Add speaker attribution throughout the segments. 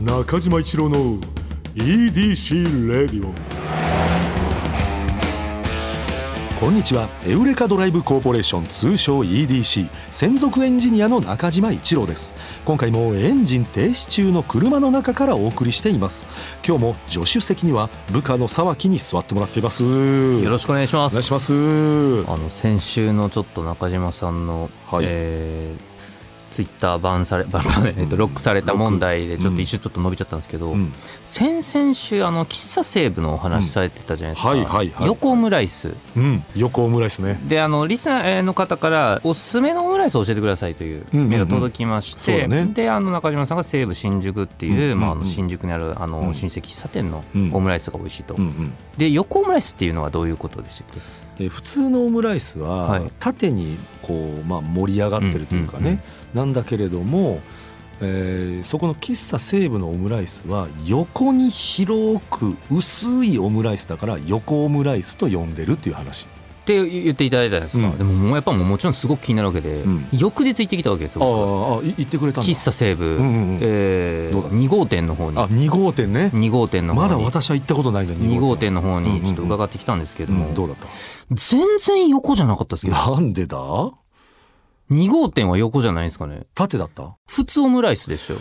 Speaker 1: 中島一郎の EDC レディオ
Speaker 2: こんにちはエウレカドライブコーポレーション通称 EDC 専属エンジニアの中島一郎です今回もエンジン停止中の車の中からお送りしています今日も助手席には部下の沢木に座ってもらっています
Speaker 3: よ
Speaker 2: よ
Speaker 3: ろしくお願いしま
Speaker 2: お願い
Speaker 3: す。
Speaker 2: しますは
Speaker 3: あの先週のちょっと中島さんの、
Speaker 2: い、
Speaker 3: えーツイッターバンされバンバンえっとロックされた問題でちょっと一瞬ちょっと伸びちゃったんですけど、
Speaker 2: うん
Speaker 3: 先々週あの喫茶セーブのお話されてたじゃないですか。
Speaker 2: うんはいはいはい
Speaker 3: 横オムライス
Speaker 2: うん、横オムライスね
Speaker 3: であのリスナーの方からおすすめのオムライスを教えてくださいという
Speaker 2: うんうんうん
Speaker 3: メールが届きまし
Speaker 2: そう
Speaker 3: て、
Speaker 2: だね
Speaker 3: であの中島さんが西武新宿っていう、
Speaker 2: うんうんうん
Speaker 3: まああの新宿にあるあの
Speaker 2: うん
Speaker 3: 老舗喫茶店の
Speaker 2: うん
Speaker 3: オムライスが美味しいと。
Speaker 2: うんうん
Speaker 3: で横オムライスっていうのはどういうことでしたっけ？
Speaker 2: えー普通のオムライス
Speaker 3: は
Speaker 2: はい縦にこう、まあ、盛り上がってるというかね、
Speaker 3: うんうん
Speaker 2: なんだけれども、えーそこの喫茶西部のオムライスは横に広く薄いオムライスだから横オムライスと呼んでるっていう話。
Speaker 3: って言っていただいたじゃないですか、
Speaker 2: うん
Speaker 3: でももうやっぱもうもちろんすごく気になるわけで、
Speaker 2: ん
Speaker 3: 翌日行ってきたわけです
Speaker 2: あああ
Speaker 3: よ
Speaker 2: い言ってくれたんだ
Speaker 3: 喫茶西武、
Speaker 2: うんうんうん
Speaker 3: え
Speaker 2: どうだ
Speaker 3: ー、2号店の方に
Speaker 2: あ2号店ね
Speaker 3: 2号店の方
Speaker 2: ま
Speaker 3: に
Speaker 2: だ私は行ったことないんだ
Speaker 3: 2
Speaker 2: 2
Speaker 3: 号
Speaker 2: 号
Speaker 3: 店
Speaker 2: 店
Speaker 3: の方
Speaker 2: うんうんう
Speaker 3: に
Speaker 2: ん
Speaker 3: ちょっと伺ってきたんですけど
Speaker 2: う
Speaker 3: も、
Speaker 2: んどうだった
Speaker 3: 全然横じゃなかったですけど
Speaker 2: なんでだ
Speaker 3: 2号店は横じゃないですかね
Speaker 2: 縦だった
Speaker 3: 普通オムライスでしょ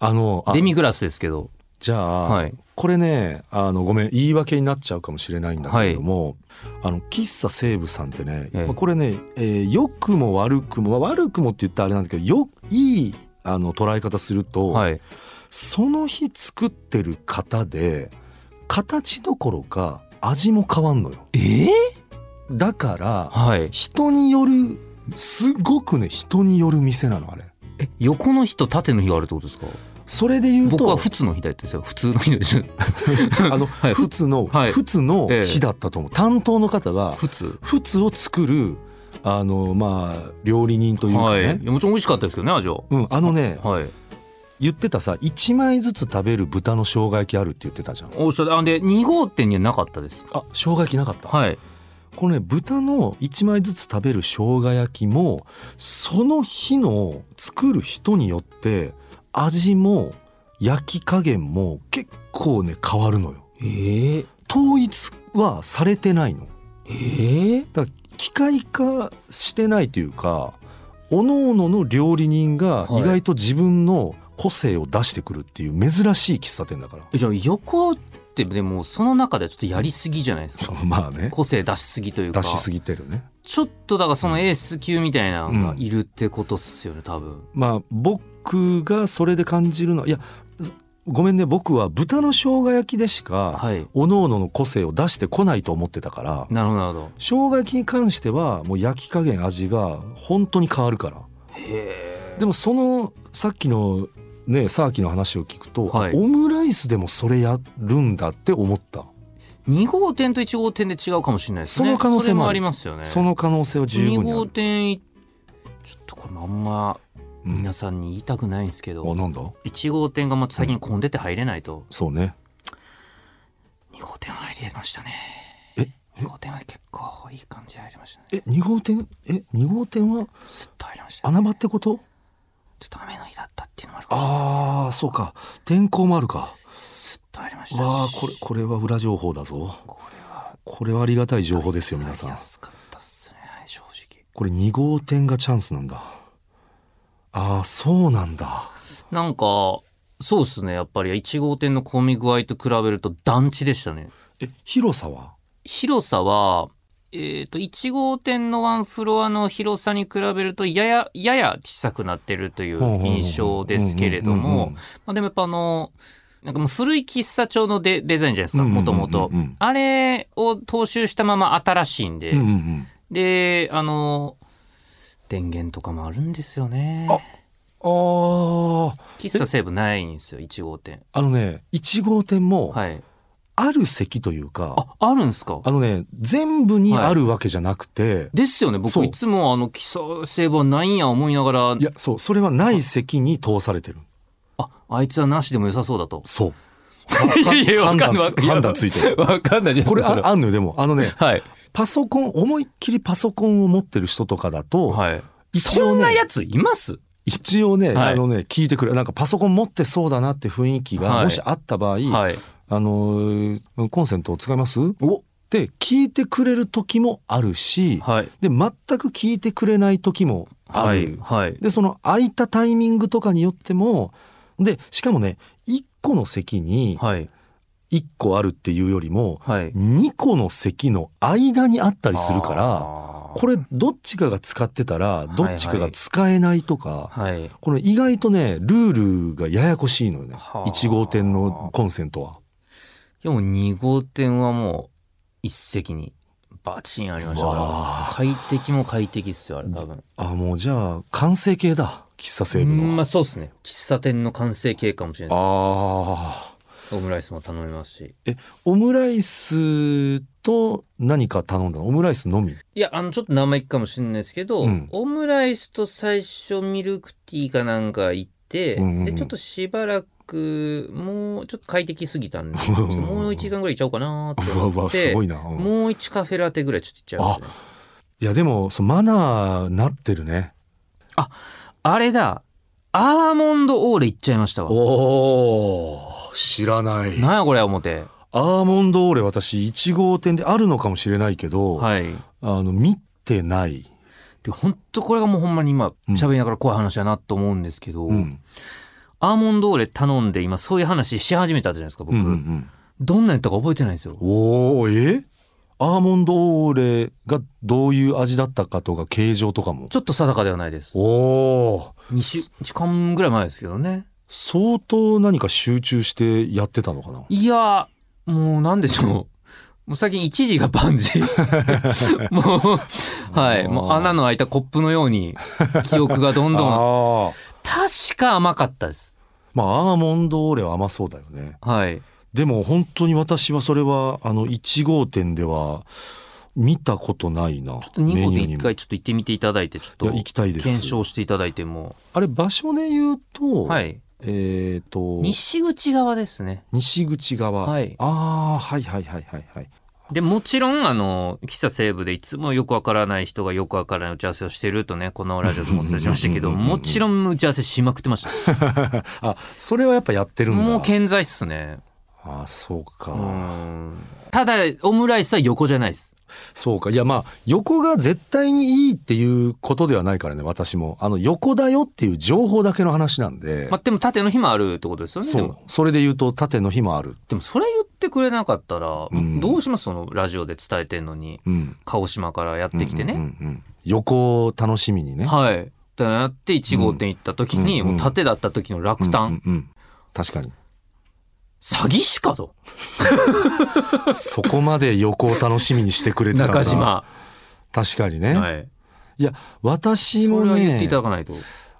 Speaker 2: あのあ
Speaker 3: デミグラスですけど
Speaker 2: じゃあ、
Speaker 3: はい
Speaker 2: これねあのごめん言い訳になっちゃうかもしれないんだけれども、あの喫茶西武さんってね、
Speaker 3: ええ
Speaker 2: まあこれね、えー良くも悪くもまあ悪くもって言ったらあれなんだけどよいいあの捉え方すると、
Speaker 3: はい
Speaker 2: その日作ってる方で形どころか味も変わんのよ
Speaker 3: えー、
Speaker 2: だから
Speaker 3: はい
Speaker 2: 人によるすごくね人による店なのあれ
Speaker 3: え横の日と縦の日があるってことですか
Speaker 2: それで言うと
Speaker 3: 僕は普通の日だったんですよ普通の日です
Speaker 2: あの、
Speaker 3: はい
Speaker 2: ふつの、
Speaker 3: はい
Speaker 2: ふつの
Speaker 3: ええ
Speaker 2: 日だったと思う、担当の方が
Speaker 3: 普通
Speaker 2: フツを作るあのまあ料理人というか
Speaker 3: は
Speaker 2: ね、
Speaker 3: いいやもちろん美味しかったですけどね味は
Speaker 2: うん、あのね
Speaker 3: はい
Speaker 2: 言ってたさ1枚ずつ食べる豚の生姜焼きあるって言ってたじゃん
Speaker 3: おっしゃるあで2号店にはなかったです
Speaker 2: あ生姜焼きなかった、
Speaker 3: はい
Speaker 2: このね豚の1枚ずつ食べる生姜焼きもその日の作る人によって味も焼き加減も結構ね変わるのよ
Speaker 3: えー、
Speaker 2: 統一はされてないの
Speaker 3: えー、
Speaker 2: 機械化してないというか各々の料理人が
Speaker 3: はい
Speaker 2: 意外と自分の個性を出してくるっていう珍しい喫茶店だから、
Speaker 3: えじゃあ横ってでもその中ではちょっとやりすぎじゃないですか
Speaker 2: まあね
Speaker 3: 個性出しすぎというか
Speaker 2: 出しすぎてるね
Speaker 3: ちょっとだからそのエース級みたいなのが
Speaker 2: うん
Speaker 3: いるってことっすよね多分
Speaker 2: まあ僕がそれで感じるのはいやすごめんね僕は豚の生姜焼きでしか
Speaker 3: はい
Speaker 2: 各々の個性を出してこないと思ってたから
Speaker 3: なるほどなるほど
Speaker 2: 生姜焼きに関してはもう焼き加減味が本当に変わるから
Speaker 3: へ
Speaker 2: でもそのさっきのねサーキの話を聞くと、
Speaker 3: はい
Speaker 2: あオムライスでもそれやるんだって思った、
Speaker 3: え2号店と1号店で違うかもしれないですね
Speaker 2: その可能性もある
Speaker 3: それありますよね
Speaker 2: その可能性は十分
Speaker 3: 2
Speaker 2: にあ
Speaker 3: 号
Speaker 2: る、
Speaker 3: 店いちょっとこれもあんま
Speaker 2: うん
Speaker 3: 皆さんに言いたくないんですけど、
Speaker 2: あなんだ
Speaker 3: 1号店がまあ最近混んでて入れないと、
Speaker 2: そうね
Speaker 3: 2号店入れましたね
Speaker 2: え
Speaker 3: 2号店は結構いい感じで入りましたね
Speaker 2: え二号店え二号店は
Speaker 3: スッと入りました、ね、
Speaker 2: 穴場ってこと
Speaker 3: ちょっと雨の日だったっていうのもあるかもしれない
Speaker 2: あーそうか天候もあるか
Speaker 3: スッと入りましたし
Speaker 2: わあこれこれは裏情報だぞ
Speaker 3: これは
Speaker 2: これはありがたい情報ですよ皆さ
Speaker 3: 入り
Speaker 2: ん
Speaker 3: やすかったっすねはい正直
Speaker 2: これ二号店がチャンスなんだあーそうなんだ
Speaker 3: なんかそうっすねやっぱり1号店の混み具合と比べると団地でしたね
Speaker 2: え広さは
Speaker 3: 広さはえー、と1号店のワンフロアの広さに比べるとやややや小さくなってるという印象ですけれど
Speaker 2: うんうんうんう
Speaker 3: も
Speaker 2: ん
Speaker 3: まあでもやっぱあのなんかもう古い喫茶調のデデザインじゃないですかもともと
Speaker 2: うんうんうんうん
Speaker 3: あれを踏襲したまま新しいんで、
Speaker 2: うんうんうん
Speaker 3: であの電源とかもあるんですよね
Speaker 2: あああ
Speaker 3: 喫茶セーブないんですよ1号店
Speaker 2: あのね1号店も
Speaker 3: はい
Speaker 2: ある席というか、
Speaker 3: ああるんですか
Speaker 2: あのね全部にあるわけじゃなくて、い
Speaker 3: ですよね
Speaker 2: そ
Speaker 3: 僕
Speaker 2: う
Speaker 3: いつもあの喫茶セーブはないんや思いながら
Speaker 2: やそうそれはない席に通されてる
Speaker 3: ああいつはなしでも良さそう だと
Speaker 2: そう
Speaker 3: いやいや
Speaker 2: 判断
Speaker 3: わかんない
Speaker 2: つ判断ついてる
Speaker 3: 分かんないじゃ
Speaker 2: これああんのよでもあのね
Speaker 3: はい
Speaker 2: パソコン思いっきりパソコンを持ってる人とかだと、
Speaker 3: はい
Speaker 2: 一応
Speaker 3: そんな
Speaker 2: ね
Speaker 3: やついます
Speaker 2: 一応ね、
Speaker 3: はい
Speaker 2: あのね聞いてくれなんかパソコン持ってそうだなって雰囲気が
Speaker 3: はい
Speaker 2: もしあった場合、
Speaker 3: はい。
Speaker 2: あのーコンセントを使いますっ
Speaker 3: お
Speaker 2: て聞いてくれる時もあるし、
Speaker 3: はい。
Speaker 2: で全く聞いてくれない時もあ
Speaker 3: は
Speaker 2: る、
Speaker 3: い。はい。
Speaker 2: でその空いたタイミングとかによってもでしかもね1個の席に
Speaker 3: はい。
Speaker 2: 1個あるっていうよりも
Speaker 3: はい。
Speaker 2: 2個の席の間にあったりするから
Speaker 3: あー
Speaker 2: これどっちかが使ってたらどっちかが使えないとか、
Speaker 3: はい。
Speaker 2: これ意外とねルールがややこしいのよね
Speaker 3: はあ
Speaker 2: 1号店のコンセントは。
Speaker 3: でも2号店はもう一席にバチンありました
Speaker 2: わ
Speaker 3: から快適も快適っすよあれ多分
Speaker 2: あもうじゃあ完成形だ喫茶セーブ
Speaker 3: うんま
Speaker 2: の。
Speaker 3: あそうっすね喫茶店の完成形かもしれない
Speaker 2: あ
Speaker 3: で
Speaker 2: あ
Speaker 3: すオムライスも頼みますし
Speaker 2: オムライスと何か頼んだのオムライスのみ。
Speaker 3: いやあのちょっと生意気かもしれないですけど、
Speaker 2: うん
Speaker 3: オムライスと最初ミルクティーかなんか行って、
Speaker 2: うんうんうん
Speaker 3: でちょっとしばらくもうちょっと快適すぎた んで
Speaker 2: うんうんうん
Speaker 3: もう1時間ぐらい行っちゃおうかなっ て
Speaker 2: うわう
Speaker 3: 思
Speaker 2: わ
Speaker 3: っ
Speaker 2: す
Speaker 3: て
Speaker 2: ごいな。うん
Speaker 3: もう1カフェラテぐらいちょっと行っちゃいましたね
Speaker 2: いやでもそのマナーなってるね。
Speaker 3: あれだアーモンドオーレ行っちゃいましたわ
Speaker 2: おお知らない
Speaker 3: なんやこれ思って
Speaker 2: アーモンドオーレ私1号店であるのかもしれないけど、
Speaker 3: はい
Speaker 2: あの見てない。
Speaker 3: で本当これがもうほんまに今
Speaker 2: うん
Speaker 3: 喋りながら怖い話だなと思うんですけど、
Speaker 2: うん
Speaker 3: アーモンドオーレ頼んで今そういう話し始めたじゃないですか
Speaker 2: う
Speaker 3: 僕、
Speaker 2: んうんうん。
Speaker 3: どんなやったか覚えてないんですよ
Speaker 2: おおえアーモンドオーレがどういう味だったかとか形状とかも
Speaker 3: ちょっと定かではないです
Speaker 2: おお
Speaker 3: 2週時間ぐらい前ですけどね
Speaker 2: 相当何か集中してやってたのかない
Speaker 3: やもう なんでしょうもう最近一時が 万事もうはいもう穴の開いたコップのように記憶がどんどん
Speaker 2: ああ
Speaker 3: 確か甘かったです
Speaker 2: まあアーモンドオーレは甘そうだよね
Speaker 3: はい
Speaker 2: でも本当に私はそれはあの1号店では見たことないなちょ
Speaker 3: ちょっと2号店
Speaker 2: に
Speaker 3: 一
Speaker 2: も
Speaker 3: 回ちょっと行ってみていただいてちょっ
Speaker 2: い
Speaker 3: と
Speaker 2: や行きたいです
Speaker 3: 検証していただいても
Speaker 2: あれ場所で言うと、
Speaker 3: はい
Speaker 2: えっ、と
Speaker 3: 西口側ですね
Speaker 2: 西口側、
Speaker 3: はい
Speaker 2: ああはいはいはいはいはい
Speaker 3: でもちろんあの喫茶西部でいつもよくわからない人がよくわからない打ち合わせをしてるとねこのラジオでもお伝えしましたけど
Speaker 2: うんうんうんうん
Speaker 3: もちろん打ち合わせしまくってました
Speaker 2: あそれはやっぱやってるんだ
Speaker 3: もう健在っすね
Speaker 2: ああそうか、
Speaker 3: うんただオムライスは横じゃないです
Speaker 2: そうかいやまあ横が絶対にいいっていうことではないからね私もあの横だよっていう情報だけの話なんで、
Speaker 3: まあでも縦の日もあるってことですよね
Speaker 2: そ
Speaker 3: で
Speaker 2: う
Speaker 3: も
Speaker 2: それで言うと縦の日もある、
Speaker 3: でもそれ言ってくれなかったら
Speaker 2: うん
Speaker 3: どうしますそのラジオで伝えてんのに
Speaker 2: うん、
Speaker 3: 鹿児島からやってきてね
Speaker 2: うんうんうん横を楽しみにね
Speaker 3: はい。ってなって1号店行った時に、
Speaker 2: うん
Speaker 3: もう縦だった時の落胆、
Speaker 2: うんうんうん確かに
Speaker 3: 詐欺師かと
Speaker 2: そこまで横を楽しみにしてくれてたんだ
Speaker 3: 中島
Speaker 2: 確かにね、
Speaker 3: はい
Speaker 2: 私
Speaker 3: こ
Speaker 2: も
Speaker 3: れは言ってい
Speaker 2: ね
Speaker 3: ただかないと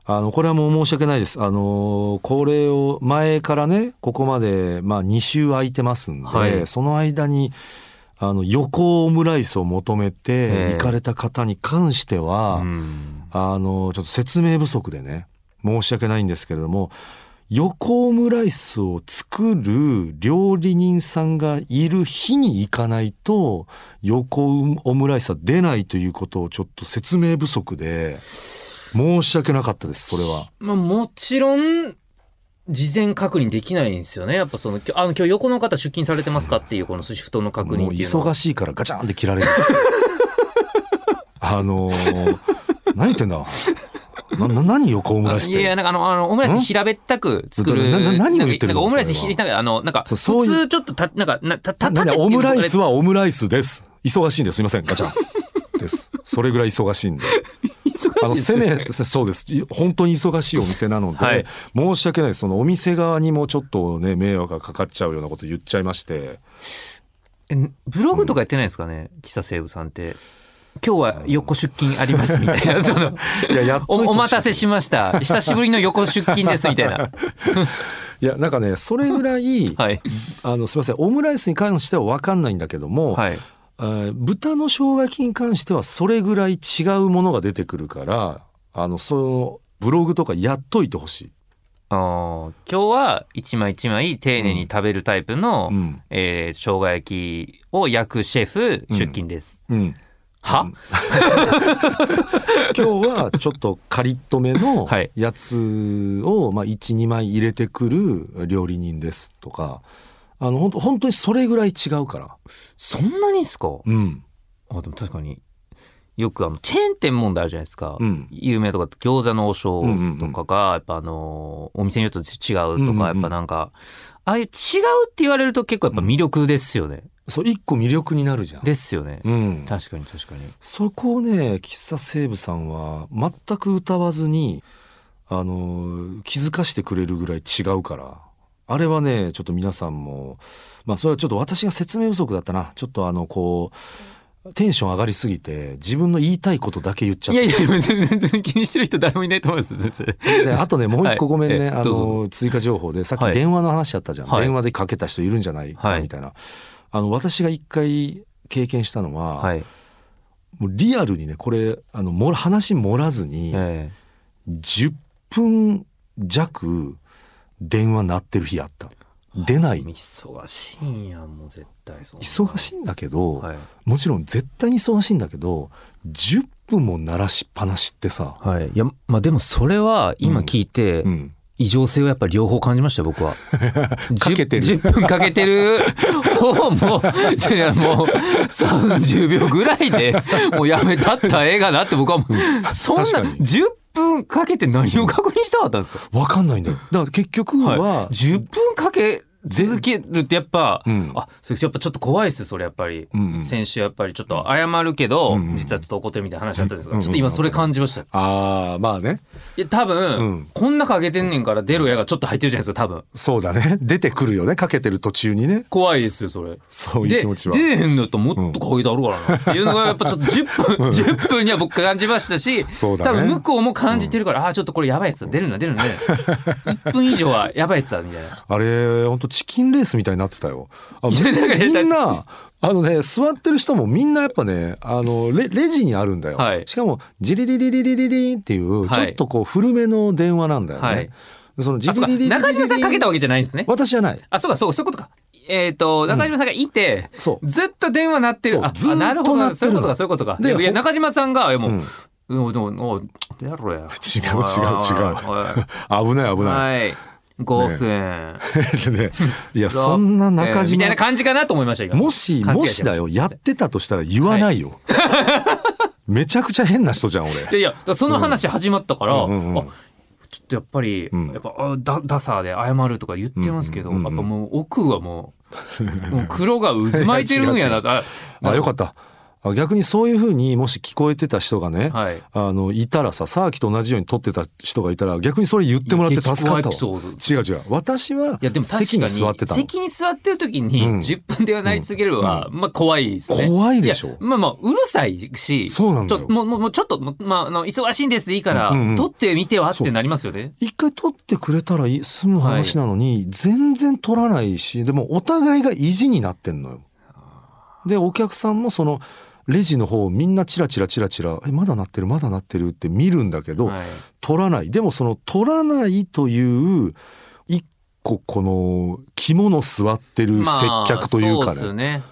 Speaker 2: あのこれはもう申し訳ないですあのーこれを前からねここまで、まあ、2週空いてますんで、
Speaker 3: はい
Speaker 2: その間にあの横オムライスを求め
Speaker 3: え
Speaker 2: て
Speaker 3: え
Speaker 2: 行かれた方に関しては、
Speaker 3: うん
Speaker 2: あのちょっと説明不足でね申し訳ないんですけれども横オムライスを作る料理人さんがいる日に行かないと横オムライスは出ないということをちょっと説明不足で申し訳なかったですそれは。
Speaker 3: まあもちろん事前確認できないんですよねやっぱそのきょあの今日横の方出勤されてますかっていうこの寿司布団の確認
Speaker 2: も
Speaker 3: っ
Speaker 2: う
Speaker 3: て いうの
Speaker 2: 忙
Speaker 3: は
Speaker 2: しいからガチャンって切られるあのー何言ってんだなな何横オムライスっ
Speaker 3: いやいや
Speaker 2: て
Speaker 3: なんかあのあのオムライス平べったく作る
Speaker 2: なな何を言ってるの
Speaker 3: なんかオムライス
Speaker 2: そ
Speaker 3: ひ
Speaker 2: れは
Speaker 3: なんかあのなんか
Speaker 2: そ
Speaker 3: 普
Speaker 2: うそういう
Speaker 3: 通ちょっとたなんかなたた
Speaker 2: なな
Speaker 3: 縦っていうの
Speaker 2: オムライス
Speaker 3: は
Speaker 2: はオムライスです忙しいんですすいませんガチ ャンですそれぐらい忙しいんであの
Speaker 3: 忙しい
Speaker 2: せ
Speaker 3: です
Speaker 2: めそうですい本当に忙しいお店なので、
Speaker 3: はい
Speaker 2: 申し訳ないですそのお店側にもちょっとね迷惑がかかっちゃうようなこと言っちゃいまして
Speaker 3: えブログとかやってないですかね、喫茶西武さんって。今日は横出勤ありますみたいな、その、
Speaker 2: いややっと
Speaker 3: お
Speaker 2: いてほい
Speaker 3: お待たせしました。久しぶりの横出勤ですみた いな。
Speaker 2: いやなんかねそれぐらい、
Speaker 3: はい。
Speaker 2: あのすいませんオムライスに関しては分かんないんだけども、
Speaker 3: はい。
Speaker 2: えー豚の生姜焼きに関してはそれぐらい違うものが出てくるからあのそのブログとかやっといてほしい、
Speaker 3: あー今日は一枚一枚丁寧に食べるタイプの、
Speaker 2: うん
Speaker 3: えー生姜焼きを焼くシェフ出勤です。
Speaker 2: うん、
Speaker 3: は、
Speaker 2: 今日はちょっとカリッとめの
Speaker 3: はい
Speaker 2: やつを、まあ、12枚入れてくる料理人ですとかあの本当本当にそれぐらい違うから、
Speaker 3: そんなにですか
Speaker 2: うん
Speaker 3: あでも確かによくあのチェーン店問題あるじゃないですか、
Speaker 2: うん、
Speaker 3: 有名とかって餃子の王将
Speaker 2: うんうんう
Speaker 3: と
Speaker 2: ん
Speaker 3: かがやっぱあのお店によって違う
Speaker 2: うんうんう
Speaker 3: と
Speaker 2: ん
Speaker 3: かやっぱなんかああいう違うって言われると結構やっぱ魅力ですよね、
Speaker 2: そう一個魅力になるじゃん。
Speaker 3: ですよね、
Speaker 2: うん、
Speaker 3: 確かに確かに
Speaker 2: そこをね喫茶セーブさんは全く歌わずにあの気づかしてくれるぐらい違うからあれはねちょっと皆さんもまあそれはちょっと私が説明不足だったなちょっとあのこうテンション上がりすぎて自分の言いたいことだけ言っちゃっ
Speaker 3: い
Speaker 2: た
Speaker 3: やいや全然気にしてる人誰もいないと思います全然
Speaker 2: であとねもう一個
Speaker 3: はい
Speaker 2: ごめんね、
Speaker 3: え
Speaker 2: あ
Speaker 3: どうぞ
Speaker 2: の追加情報でさっき
Speaker 3: はい
Speaker 2: 電話の話あったじゃん、
Speaker 3: はい
Speaker 2: 電話でかけた人いるんじゃない
Speaker 3: は
Speaker 2: か
Speaker 3: い
Speaker 2: みたいな、あの私が一回経験したのは、
Speaker 3: はい、
Speaker 2: もうリアルにねこれあのもら話盛らずに、
Speaker 3: え
Speaker 2: 10分弱電話鳴ってる日あった出な
Speaker 3: え
Speaker 2: い
Speaker 3: 忙しいんやもう絶対そう
Speaker 2: 忙しいんだけど、
Speaker 3: はい
Speaker 2: もちろん絶対に忙しいんだけど10分も鳴らしっぱなしってさ、
Speaker 3: はい、いやまあでもそれは今聞いて、
Speaker 2: うん、
Speaker 3: 異常性をやっぱり両方感じましたよ 僕は
Speaker 2: かけてる
Speaker 3: 10 10分かけてる 方もそれはもう30秒ぐらいでもうやめたったらええかなって僕はもうそんな
Speaker 2: 確かに
Speaker 3: 10分かけて何を確認したかったんですか
Speaker 2: 分かんないんだよだから結局は、
Speaker 3: はい、10分かけ続けるってやっぱ、
Speaker 2: うん
Speaker 3: あそれやっぱちょっと怖いですそれやっぱり、
Speaker 2: うんうん
Speaker 3: 先週やっぱりちょっと謝るけど、
Speaker 2: うんうん
Speaker 3: 実はちょっと怒ってるみたいな話あったんですが、
Speaker 2: うんうん
Speaker 3: ちょっと今それ感じました
Speaker 2: ああまあね
Speaker 3: いや多分、
Speaker 2: うん
Speaker 3: こんなかけてんねんから出る矢がちょっと入ってるじゃないですか多分
Speaker 2: そうだね出てくるよねかけてる途中にね
Speaker 3: 怖いですよそれ
Speaker 2: そういう
Speaker 3: で
Speaker 2: 気持ちは
Speaker 3: 出えへんのやったらもっとかけてあるからなっていうのがやっぱちょっと10分10分には僕感じましたし、
Speaker 2: そうだね
Speaker 3: 多分向こうも感じてるから、ああーちょっとこれやばいやつだ出るな出るな出るな1分以上はやばいやつだみたいな
Speaker 2: あれ本当チキンレースみたいになってたよ。あみ
Speaker 3: いやだから
Speaker 2: みんなあのね座ってる人もみんなやっぱねあのレレジにあるんだよ。
Speaker 3: はい
Speaker 2: しかもジリリリリリリリンっていう
Speaker 3: は
Speaker 2: ち
Speaker 3: い
Speaker 2: ょっとこう古めの電話なんだよね。
Speaker 3: はい
Speaker 2: でそのジ
Speaker 3: あ
Speaker 2: リ
Speaker 3: そう
Speaker 2: リリ
Speaker 3: か
Speaker 2: リリリリ
Speaker 3: 中島さんかけたわけじゃないんですね
Speaker 2: 私じゃない。
Speaker 3: あそうかそうそういうことかえっ、と中島さんがいて、
Speaker 2: そう。
Speaker 3: ずっと電話鳴って
Speaker 2: そう
Speaker 3: るあ
Speaker 2: ずっと
Speaker 3: あなるほ
Speaker 2: 鳴っ
Speaker 3: ど
Speaker 2: てる
Speaker 3: そういうことかそういうことか
Speaker 2: で
Speaker 3: いやいや
Speaker 2: ほ
Speaker 3: 中島さんがいやもう、
Speaker 2: う
Speaker 3: うんんおいおいおいどうやろうや
Speaker 2: 違う違う違う
Speaker 3: う
Speaker 2: 危ない危 な
Speaker 3: はい5分、
Speaker 2: い。でねいやそんな中
Speaker 3: えーみ
Speaker 2: 島
Speaker 3: たいな感じかなと思いました今
Speaker 2: もし
Speaker 3: 勘違
Speaker 2: も
Speaker 3: いし
Speaker 2: して
Speaker 3: ま
Speaker 2: だ
Speaker 3: した
Speaker 2: よやってたとしたら言わないよ。めちゃくちゃ変な人じゃん俺。
Speaker 3: いやいやだからその話始まったから、
Speaker 2: うんうんうん
Speaker 3: あちょっとやっぱり、
Speaker 2: うん
Speaker 3: やっぱあダダサーで謝るとか言ってますけど、
Speaker 2: うんうんうんうん
Speaker 3: やっぱもう奥はもう もう黒が渦巻いてるんやな とあ
Speaker 2: あよか
Speaker 3: っ
Speaker 2: った。あ逆にそういうふうにもし聞こえてた人がね、
Speaker 3: はい
Speaker 2: あのいたらさサーキと同じように撮ってた人がいたら逆にそれ言ってもらって助かったわ
Speaker 3: 激高エピソード
Speaker 2: 違う違う私はい
Speaker 3: やでも確かに
Speaker 2: 席に座ってたの
Speaker 3: 席に座ってる時に
Speaker 2: うん
Speaker 3: 10分ではなり続けるは、まあ怖いですね
Speaker 2: 怖いでしょ
Speaker 3: やまあまあうるさいし
Speaker 2: そうなんだよ
Speaker 3: ちょもうもうもうちょっともうまああの忙しいんですでいいから、
Speaker 2: うんうんうん
Speaker 3: 撮ってみてはってなりますよね
Speaker 2: 一回撮ってくれたらいい済む話なのに、全然撮らないしでもお互いが意地になってんのよ。でお客さんもそのレジの方をみんなチラチラチラチラ「えまだなってるまだなってる」って見るんだけど、
Speaker 3: はい
Speaker 2: 取らないでもその取らないという一個この肝の据わってる接客という
Speaker 3: ま
Speaker 2: か
Speaker 3: あ、そうで
Speaker 2: ね。
Speaker 3: すねなんか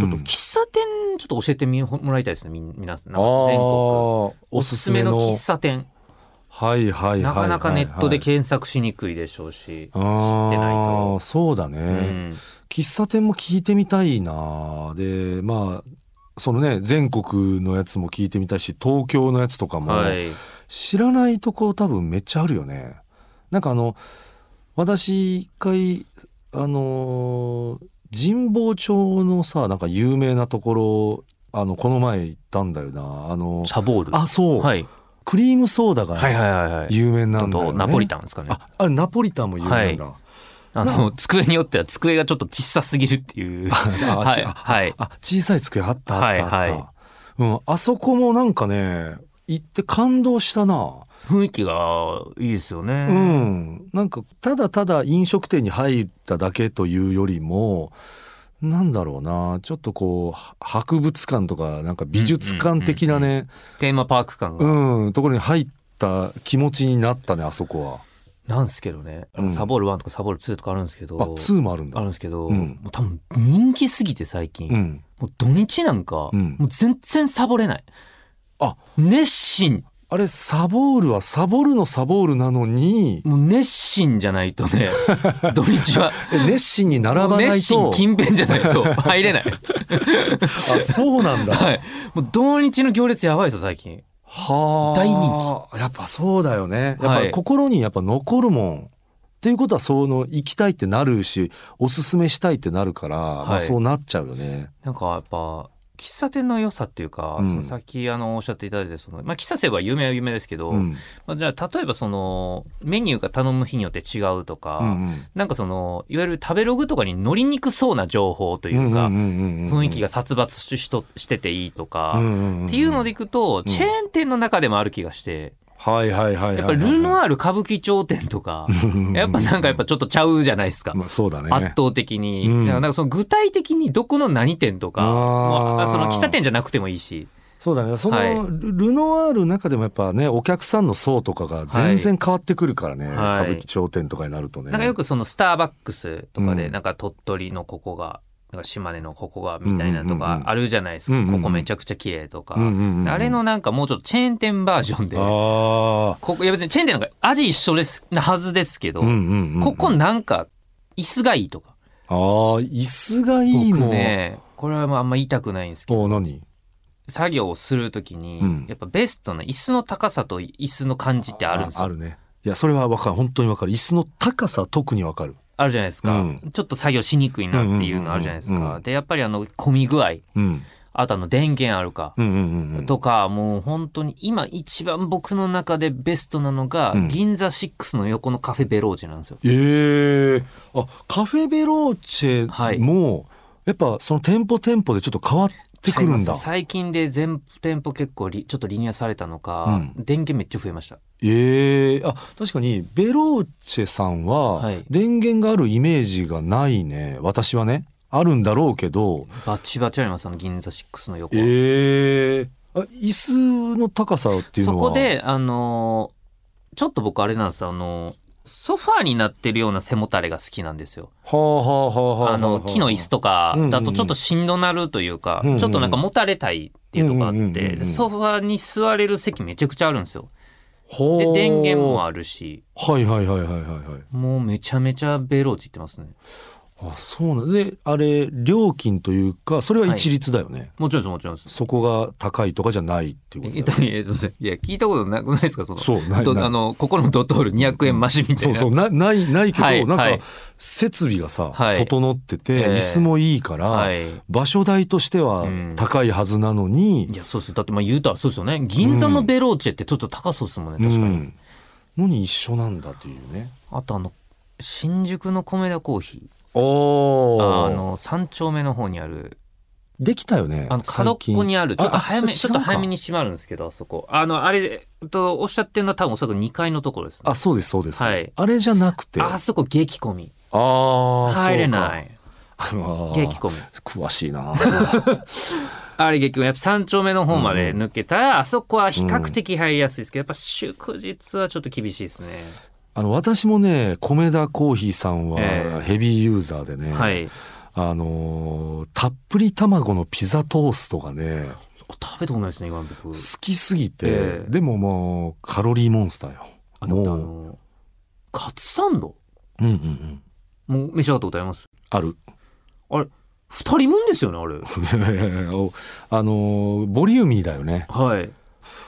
Speaker 3: ちょっと
Speaker 2: うん
Speaker 3: 喫茶店ちょっと教えてみもらいたいですねみん皆さん
Speaker 2: あ
Speaker 3: なんか全国
Speaker 2: ーお
Speaker 3: お
Speaker 2: す
Speaker 3: す
Speaker 2: す
Speaker 3: す
Speaker 2: め
Speaker 3: め
Speaker 2: の
Speaker 3: の喫茶店
Speaker 2: はいはいはいはい
Speaker 3: なかなかネットで
Speaker 2: 知っ
Speaker 3: 検索しにくいでしょうし、知ってない
Speaker 2: あ
Speaker 3: と
Speaker 2: あそうだね、
Speaker 3: うん
Speaker 2: 喫茶店も聞いてみたいなでまあそのね全国のやつも聞いてみたいし東京のやつとかも、
Speaker 3: はい
Speaker 2: 知らないとこ多分めっちゃあるよねなんかあの私一回あのー神保町のさなんか有名なところあのこの前行ったんだよなあの
Speaker 3: サボール
Speaker 2: あそう、
Speaker 3: はい、
Speaker 2: クリームソーダ
Speaker 3: はい
Speaker 2: が
Speaker 3: はいはいはい
Speaker 2: 有名な
Speaker 3: あ
Speaker 2: んだよ、ね
Speaker 3: とナポリタンですかねあ
Speaker 2: ああれナポリタンも有名なんだ、
Speaker 3: の机によっては机がちょっと小さすぎるっていう
Speaker 2: ああ
Speaker 3: はい
Speaker 2: ちあ
Speaker 3: はい
Speaker 2: あ小さい机あったあったあった、
Speaker 3: はいは
Speaker 2: うん、あそこもなんかね行って感動したな
Speaker 3: 雰囲気がいいですよね、
Speaker 2: うん、なんかただただ飲食店に入っただけというよりもなんだろうなちょっとこうは博物館とかなんか美術館的なね
Speaker 3: テーマパーク感
Speaker 2: う
Speaker 3: が、
Speaker 2: んところに入った気持ちになったねあそこは。
Speaker 3: なんですけどね、あの
Speaker 2: うん
Speaker 3: サボール1とかサボール2とかあるんですけど
Speaker 2: あ2もあるん
Speaker 3: あ
Speaker 2: だ
Speaker 3: るんですけど、
Speaker 2: うん
Speaker 3: もう多分人気すぎて最近、
Speaker 2: うん
Speaker 3: もう土日なんか、
Speaker 2: うん
Speaker 3: もう全然サボれない
Speaker 2: あ
Speaker 3: 熱心
Speaker 2: あれサボールはサボるのサボールなのに
Speaker 3: もう熱心じゃないと ね土日は
Speaker 2: え熱心に並ばない
Speaker 3: 熱心
Speaker 2: と
Speaker 3: 勤勉じゃない と入れない
Speaker 2: あそうなんだ
Speaker 3: はいもう土日の行列やばいぞ最近
Speaker 2: はあ
Speaker 3: 大人
Speaker 2: 気やっぱそうだよねやっ
Speaker 3: は
Speaker 2: ぱ
Speaker 3: い
Speaker 2: 心にやっぱ残るもん、っていうことはその行きたいってなるしおすすめしたいってなるから、まあ、
Speaker 3: はい
Speaker 2: そうなっちゃうよね
Speaker 3: なんかやっぱ喫茶店の良さっていうか、
Speaker 2: うん
Speaker 3: そのさっきあのおっしゃっていただいたその、まあ、喫茶店は有名は有名ですけど、
Speaker 2: うん
Speaker 3: まあ、じゃあ例えばそのメニューが頼む日によって違うとか、
Speaker 2: うんうん
Speaker 3: なんかそのいわゆる食べログとかに乗りにくそうな情報というか、雰
Speaker 2: 雰
Speaker 3: 囲気が殺伐ししとしてていいとか、
Speaker 2: っ
Speaker 3: っていうので
Speaker 2: ん
Speaker 3: いくと、チェーン店の中でもある気がして、
Speaker 2: はいはいはいはいはい
Speaker 3: やっぱル ノアール歌舞伎町店とか、やっぱなんかやっぱちょっとちゃうじゃないです か。
Speaker 2: まあそうだね
Speaker 3: 圧倒的に、
Speaker 2: うん
Speaker 3: だからなんかその具体的にどこの何店とか
Speaker 2: あー
Speaker 3: もうあその喫茶店じゃなくてもいいし
Speaker 2: そうだねその、
Speaker 3: はい
Speaker 2: ルルノワールの中でもやっぱねお客さんの層とかが全然変わってくるからね、
Speaker 3: はい
Speaker 2: 歌舞伎町店とかになるとね
Speaker 3: なんかよくそのスターバックスとか
Speaker 2: う
Speaker 3: で
Speaker 2: ん
Speaker 3: なんか鳥取のここがなんか島根のここがみたいな
Speaker 2: うんう
Speaker 3: と
Speaker 2: んうんう
Speaker 3: か
Speaker 2: ん
Speaker 3: あるじゃないですか、
Speaker 2: うんうんうん
Speaker 3: ここめちゃくちゃ綺麗とか、
Speaker 2: うんうんうん
Speaker 3: あれのなんかもうちょっとチェーン店バージョンでこ
Speaker 2: あ
Speaker 3: こいや別にチェーン店なんか味一緒ですなはずですけ
Speaker 2: あ
Speaker 3: ど、
Speaker 2: うんうんうん
Speaker 3: ここなんか椅子がいいとか
Speaker 2: ああ椅子がいい
Speaker 3: 僕
Speaker 2: の
Speaker 3: ねこれはまああんま言いたくないんですけど
Speaker 2: お何
Speaker 3: 作業をするときに、
Speaker 2: うん
Speaker 3: やっぱベストな椅子の高さと椅子の感じってあるんですよ
Speaker 2: あるねいやそれはわかる本当にわかる椅子の高さ特にわかる
Speaker 3: あるじゃないですか、
Speaker 2: うん
Speaker 3: ちょっと作業しにくいなっていうのあるじゃないですか、
Speaker 2: うんうんうんうん
Speaker 3: でやっぱりあの混み具合
Speaker 2: うん
Speaker 3: あとあの電源あるか
Speaker 2: うんうんうん
Speaker 3: とか、もう本当に今一番僕の中でベストなのが、
Speaker 2: うん
Speaker 3: 銀座6の横のカフェベロージェなんですよ
Speaker 2: ええあカフェベローチェも、やっぱその店舗店舗でちょっと変わってくるんだ
Speaker 3: 最近で全店舗結構リちょっとリニアされたのか、電源めっちゃ増えました
Speaker 2: ええあ確かにベローチェさんは
Speaker 3: はい
Speaker 2: 電源があるイメージがないね私はねあるんだろうけど
Speaker 3: バチバチありますあの銀座6の横、
Speaker 2: ええあ椅子の高さっていう
Speaker 3: そ
Speaker 2: のは
Speaker 3: こであのーちょっと僕あれなんですよあのーソファーになってるような背もたれが好きなんですよ
Speaker 2: はあはあはあはあはあ
Speaker 3: あの木の椅子とかだとちょっとしんどなるというか、
Speaker 2: うんうん
Speaker 3: ちょっとなんかもたれたいっていうとこあって、
Speaker 2: うんうんうんうん
Speaker 3: ソファに座れる席めちゃくちゃあるんですよ。
Speaker 2: ほ
Speaker 3: で
Speaker 2: う
Speaker 3: 電源もあるし
Speaker 2: はいはいはいはいはいはい
Speaker 3: もうめちゃめちゃベローチ行ってますね。
Speaker 2: あそうなんであれ料金というかそれは一律だよね、
Speaker 3: もちろんですもちろんです。
Speaker 2: そこが高いとかじゃないっていう
Speaker 3: え
Speaker 2: こ
Speaker 3: えっ
Speaker 2: と
Speaker 3: と
Speaker 2: だよね
Speaker 3: いやすいませんいや聞いたことなくないですかその
Speaker 2: そうない
Speaker 3: ど
Speaker 2: ない
Speaker 3: あのここのドトール200円増しみたいな。
Speaker 2: そうそうなないないけど、
Speaker 3: はい
Speaker 2: なん
Speaker 3: は
Speaker 2: か
Speaker 3: い
Speaker 2: 設備がさ、
Speaker 3: はい
Speaker 2: 整ってて、
Speaker 3: ええ
Speaker 2: 椅子もいいから、
Speaker 3: はい、
Speaker 2: 場所代としては
Speaker 3: うん
Speaker 2: 高いはずなのに
Speaker 3: い、やそうですだってまあ言うたらそうですよね銀座のベローチェってちょっと高そうですもんね、
Speaker 2: うん
Speaker 3: 確かに、
Speaker 2: のに一緒なんだというね。
Speaker 3: あとあの新宿の米田コーヒ
Speaker 2: お
Speaker 3: ーあの3丁目の方にある
Speaker 2: できたよね
Speaker 3: あの角っこにあるちょっと早めちょっと早め
Speaker 2: に
Speaker 3: に閉まるんですけどあそこあのあれえっとおっしゃってるのは多分おそらく2階のところですね
Speaker 2: あそうですそうです、
Speaker 3: はい
Speaker 2: あれじゃなくて
Speaker 3: あそこ激混み
Speaker 2: あー
Speaker 3: 入れ
Speaker 2: い
Speaker 3: ない激混み
Speaker 2: 詳しいな
Speaker 3: あれ激混みやっぱ3丁目の方まで抜けたら、あそこは比較的入りやすいですけどやっぱ祝日はちょっと厳しいですね、
Speaker 2: あの私もね米田コーヒーさん
Speaker 3: え
Speaker 2: は
Speaker 3: え
Speaker 2: ヘビーユーザーでね、
Speaker 3: はい
Speaker 2: あのーたっぷり卵のピザトーストがね
Speaker 3: 食べたことないですね今僕
Speaker 2: 好きすぎて、
Speaker 3: ええ
Speaker 2: でももうカロリーモンスターよ
Speaker 3: あでもあ
Speaker 2: もう
Speaker 3: のカツサンド
Speaker 2: うんうんうん
Speaker 3: もう召し上がったことあります
Speaker 2: ある
Speaker 3: あれ2人分ですよねあれ
Speaker 2: おあのーボリューミーだよね
Speaker 3: はい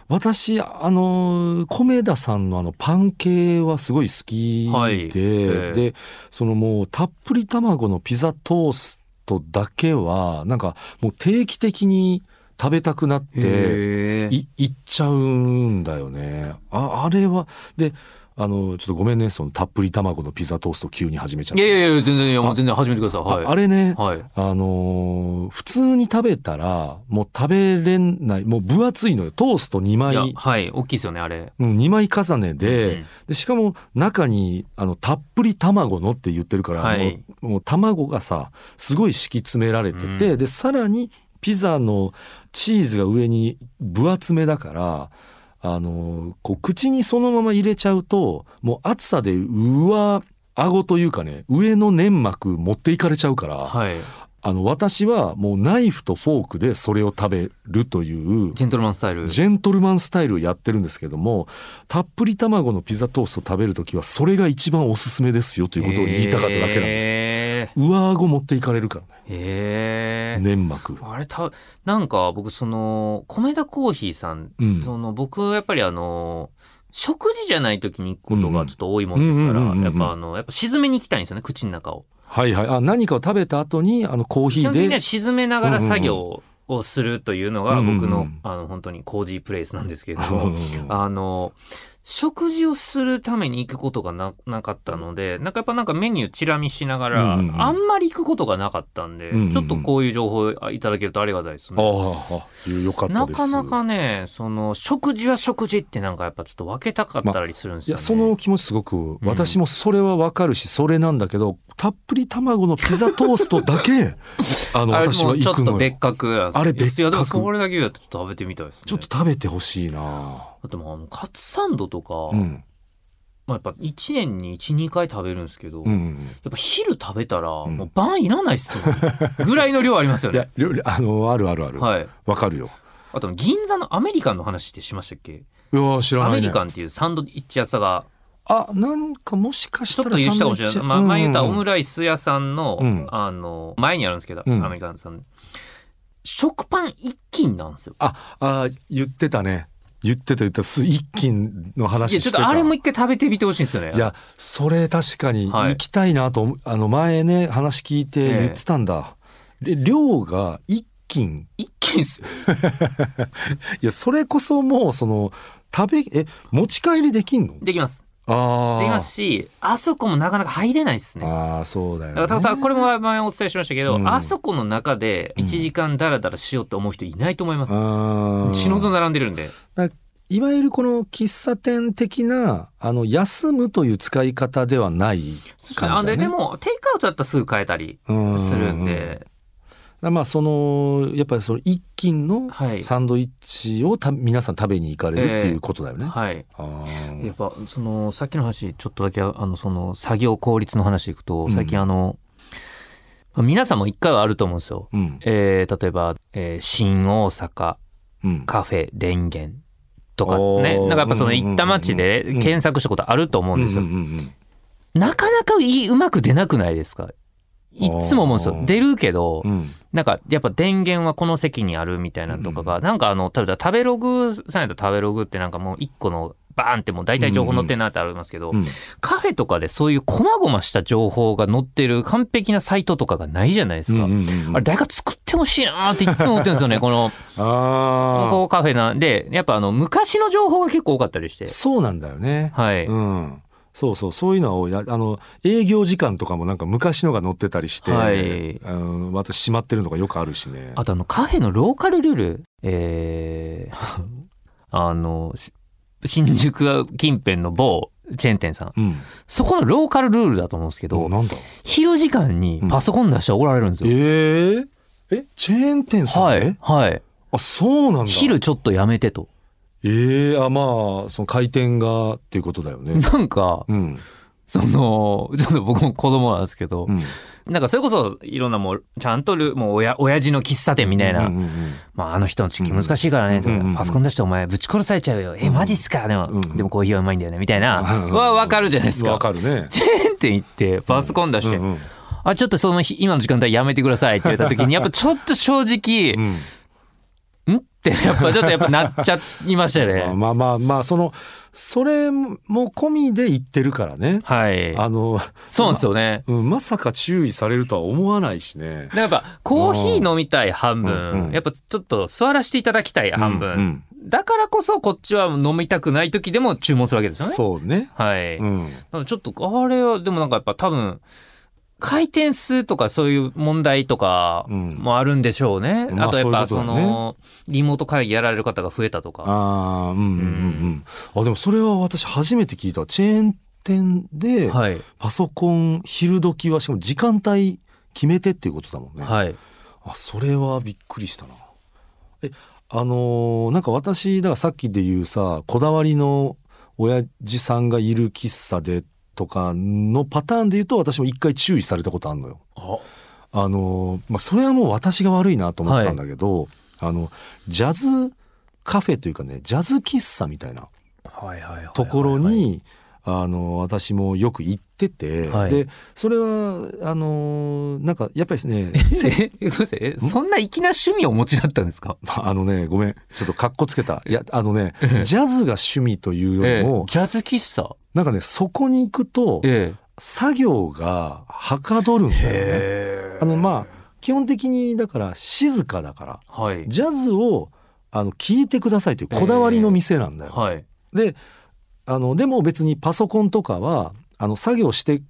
Speaker 2: 私あのー米田さんのあのパン系はすごい好きで、
Speaker 3: はいええ
Speaker 2: でそのもうたっぷり卵のピザトーストだけはなんかもう定期的に食べたくなって
Speaker 3: へー
Speaker 2: い行っちゃうんだよねああれはであのちょっとごめんねそのたっぷり卵のピザトースト急に始めちゃっ
Speaker 3: い
Speaker 2: て
Speaker 3: やいやいや全然いやもう全然始めてくださいはい
Speaker 2: ああれね
Speaker 3: はい
Speaker 2: あのー普通に食べたらもう食べれないもう分厚いのよトースト2
Speaker 3: いや
Speaker 2: 枚
Speaker 3: はい大きいですよねあれ
Speaker 2: うん、2枚重ねで,、
Speaker 3: うん
Speaker 2: でしかも中にあのたっぷり卵のって言ってるから、
Speaker 3: はい
Speaker 2: もうもう卵がさすごい敷き詰められてて、
Speaker 3: う
Speaker 2: でさらにピザのチーズが上に分厚めだからあのこう口にそのまま入れちゃうともう暑さで上顎というかね上の粘膜持っていかれちゃうから、
Speaker 3: はい。
Speaker 2: あの私はもうナイフとフォークでそれを食べるという
Speaker 3: ジェントルマンスタイル。
Speaker 2: ジェントルマンスタイルをやってるんですけどもたっぷり卵のピザトーストを食べる時はそれが一番おすすめですよということを言いたかっただけなんです。
Speaker 3: へ
Speaker 2: 上顎持っていかれるから
Speaker 3: ーへ
Speaker 2: ね
Speaker 3: ー
Speaker 2: 粘膜。
Speaker 3: あれたなんか僕その米田コーヒーさん、
Speaker 2: うん
Speaker 3: その僕はやっぱりあの食事じゃない時に行くことがちょっと多いもんです
Speaker 2: うんうんうんうんうん
Speaker 3: からやっぱあのやっぱ沈めに行きたいんですよね口の中を。
Speaker 2: はいはい、あ何かを食べた後にあのコーヒ
Speaker 3: 基
Speaker 2: ー
Speaker 3: 本的に
Speaker 2: で
Speaker 3: は沈めながら作業をするというのが僕
Speaker 2: うんうんう
Speaker 3: の
Speaker 2: ん
Speaker 3: あの本当にコージープレイスなんですけれど
Speaker 2: うん
Speaker 3: も
Speaker 2: うんうん
Speaker 3: あの食事をするために行くことがななかったのでなんかやっぱなんかメニューチラ見しながら
Speaker 2: うんうんうん
Speaker 3: あんまり行くことがなかったんで
Speaker 2: うんうんうん
Speaker 3: ちょっとこういう情報いただけるとありがたいですね。
Speaker 2: ああ、よかった
Speaker 3: な
Speaker 2: です。
Speaker 3: かなかねその食事は食事ってなんかやっぱちょっと分けたかったりするんです
Speaker 2: い
Speaker 3: よ
Speaker 2: や
Speaker 3: ね。
Speaker 2: その気持ちすごく私もそれはわかるし、それなんだけどたっぷり卵のピザトーストだ けあの
Speaker 3: あれ
Speaker 2: 私
Speaker 3: も
Speaker 2: は
Speaker 3: うち
Speaker 2: 行
Speaker 3: ょっ
Speaker 2: く
Speaker 3: と
Speaker 2: のよ
Speaker 3: 別格なんです
Speaker 2: あれ別格
Speaker 3: いやでもそれだけだとちょっと食べてみたいですね。
Speaker 2: ちょっと食べてほしいな、
Speaker 3: だってもうあのカツサンドとか、
Speaker 2: うん
Speaker 3: まあ、やっぱ1年に12回食べるんですけど、
Speaker 2: う
Speaker 3: やっ
Speaker 2: ん、
Speaker 3: ぱ昼食べたら
Speaker 2: ん
Speaker 3: もう晩いらないっす よ、ねぐらいの量ありますよ
Speaker 2: いや
Speaker 3: ね。
Speaker 2: 料理あのあるあるあるわ、
Speaker 3: はい、
Speaker 2: かるよ
Speaker 3: あと銀座のアメリカンの話ってしましたっけ、
Speaker 2: いや知ら
Speaker 3: ア
Speaker 2: な
Speaker 3: メ
Speaker 2: い、ね、
Speaker 3: リカンっていうサンドイッチ屋さんが
Speaker 2: あなんかもしかし
Speaker 3: ちょ
Speaker 2: た
Speaker 3: っ
Speaker 2: ら
Speaker 3: と言したかもしれない、まあ、前言ったオム
Speaker 2: ラ
Speaker 3: ライス屋さんの,、
Speaker 2: うん
Speaker 3: あの前にあるんですけど、
Speaker 2: うん
Speaker 3: アメリカンさん食パン一斤なんですよ。
Speaker 2: ああ言ってたね言ってた言ってたす一斤の
Speaker 3: いや
Speaker 2: 話
Speaker 3: ちょ
Speaker 2: し
Speaker 3: ってと
Speaker 2: た
Speaker 3: あれも一回食べてみてほしいんですよね。
Speaker 2: いやそれ確かに
Speaker 3: はい
Speaker 2: 行きたいなと思う、あの前ね話聞いて言ってたんだ、で量が一斤
Speaker 3: 一斤っすよ。
Speaker 2: いやそれこそもうその食べえ持ち帰りできんの
Speaker 3: できます。
Speaker 2: ああ
Speaker 3: できますしあそこもなかなか入れないですね。
Speaker 2: ああそうだよ、ね、
Speaker 3: だからただこれも前お伝えしましたけど、
Speaker 2: うん
Speaker 3: あそこの中で1時間ダラダラしようって思う人いないと思います、
Speaker 2: うん
Speaker 3: 死ぬほど並んでるんで
Speaker 2: いわゆるこの喫茶店的なあの休むという使い方ではない
Speaker 3: そうですね
Speaker 2: 感
Speaker 3: あ
Speaker 2: じだ、ね、
Speaker 3: ででもテイクアウトだったらすぐ買えたり
Speaker 2: うん
Speaker 3: するんで、
Speaker 2: まあそのやっぱりその一斤の
Speaker 3: はい
Speaker 2: サンドイッチをた皆さん食べに行かれるっていうことだよね、
Speaker 3: はい
Speaker 2: あー
Speaker 3: やっぱそのさっきの話ちょっとだけあのその作業効率の話でいくと
Speaker 2: うん
Speaker 3: 最近あの、まあ皆さんも1回はあると思うんですよ、
Speaker 2: うん
Speaker 3: えー例えば、えー新大阪
Speaker 2: うん
Speaker 3: カフェ電源とか
Speaker 2: お
Speaker 3: ね
Speaker 2: ー
Speaker 3: なんかやっぱその行った街で
Speaker 2: うんうんうん
Speaker 3: 検索したことあると思うんですよ、
Speaker 2: んんん
Speaker 3: なかなかいいうまく出なくないですかいっつも思うんです
Speaker 2: あ
Speaker 3: よ
Speaker 2: ー
Speaker 3: 出るけど、
Speaker 2: うんうん
Speaker 3: なんかやっぱ電源はこの席にあるみたいなのとかが、なんかあの例えば食べログさんやと食べログってなんかもう1個のバーンってもう大体情報載ってんなってありますけど、
Speaker 2: うん
Speaker 3: カフェとかでそういう細々した情報が載ってる完璧なサイトとかがないじゃないですか、
Speaker 2: うんうんうんうん
Speaker 3: あれ誰か作ってほしいなーっていっつも思ってるんですよね このこ
Speaker 2: あ
Speaker 3: こカフェなんでやっぱあの昔の情報が結構多かったりして
Speaker 2: ーそうなんだよね、
Speaker 3: はい、
Speaker 2: うんそうそうそういうのは多いああの営業時間とかもなんか昔のが載ってたりして、
Speaker 3: はい
Speaker 2: うん、また閉まってるのがよくあるしね
Speaker 3: あとあのカフェのローカルルール、えー あのし新宿近辺の某チェーン店さん
Speaker 2: うん
Speaker 3: そこのローカルルールだと思うんですけど、
Speaker 2: なんだ
Speaker 3: 昼時間にパソコン出しておられるんです
Speaker 2: え
Speaker 3: よ、
Speaker 2: ー、えチェーン店さん、
Speaker 3: は
Speaker 2: え
Speaker 3: いはい
Speaker 2: あそうなんだ
Speaker 3: 昼ちょっとやめてと
Speaker 2: えー、あまあその回転がっていうことだよね
Speaker 3: なんか
Speaker 2: うん、
Speaker 3: そのちょっと僕も子供なんですけど
Speaker 2: う、ん、
Speaker 3: なんかそれこそいろんなもうちゃんとルもう親親父の喫茶店みたいな、
Speaker 2: うんうんうん
Speaker 3: まあ、あの人の地域難しいからね、
Speaker 2: うん
Speaker 3: それ
Speaker 2: うんうんうん
Speaker 3: パソコン出してお前ぶち殺されちゃうよ、えマジっすかでも、
Speaker 2: うんうん
Speaker 3: でもコーヒーはうまいんだよねみたいな、
Speaker 2: うんうんうん
Speaker 3: はわかるじゃないですか
Speaker 2: わかるね
Speaker 3: チェーン店行ってパソコン出して、
Speaker 2: うん
Speaker 3: あちょっとその日今の時間帯やめてくださいって言っ た時にやっぱちょっと正直
Speaker 2: うん
Speaker 3: んってやっぱちょっとやっぱなっちゃいました
Speaker 2: まあ
Speaker 3: ね。
Speaker 2: まあまあまあそのそれも込みで言ってるからね
Speaker 3: はい、
Speaker 2: あの、
Speaker 3: そうなんですよね。
Speaker 2: うん、まさか注意されるとは思わないしね
Speaker 3: だからやっぱコーヒー飲みたい半分、
Speaker 2: うんうん
Speaker 3: やっぱちょっと座らせていただきたい半分、
Speaker 2: うん
Speaker 3: だからこそこっちは飲みたくない時でも注文するわけです
Speaker 2: うん
Speaker 3: よね。
Speaker 2: そうね、
Speaker 3: はい、
Speaker 2: うん、
Speaker 3: なのでちょっとあれはでもなんかやっぱ多分回転数とかそういう問題とか
Speaker 2: うん
Speaker 3: もあるんでしょうね、
Speaker 2: まあ
Speaker 3: あとやっぱ
Speaker 2: そうい
Speaker 3: そう
Speaker 2: ことだね
Speaker 3: のリモート会議やられる方が増えたとか
Speaker 2: ああうんうんうんうんあでもそれは私初めて聞いたチェーン店で
Speaker 3: はい
Speaker 2: パソコン昼時はしかも時間帯決めてっていうことだもんね、
Speaker 3: はい
Speaker 2: あそれはびっくりしたなえあのーなんか私だからさっきで言うさこだわりの親父さんがいる喫茶でとかのパターンで言うと私も一回注意されたことあるのよ。
Speaker 3: あ
Speaker 2: あのーまあ、それはもう私が悪いなと思ったんだけど、あのジャズカフェというかねジャズ喫茶みたいな
Speaker 3: はいはいはいはい
Speaker 2: ところに、あの私もよく行ってて、
Speaker 3: はい
Speaker 2: でそれはあのーなんかやっぱりですね
Speaker 3: えごめんなさいえそんな粋な趣味をお持ちだったんですか
Speaker 2: まああのねごめんちょっとかっこつけたいやあのねジャズが趣味というよりも、
Speaker 3: ジャズ喫茶
Speaker 2: なんかねそこに行くと
Speaker 3: え
Speaker 2: 作業がはかどるんだよね。
Speaker 3: え
Speaker 2: あのまあ基本的にだから静かだから
Speaker 3: あはい
Speaker 2: ジャズをあの聞いてくださいというこだわりの店なんだよ。
Speaker 3: はい
Speaker 2: であのでも別にパソコンとかはあの作業して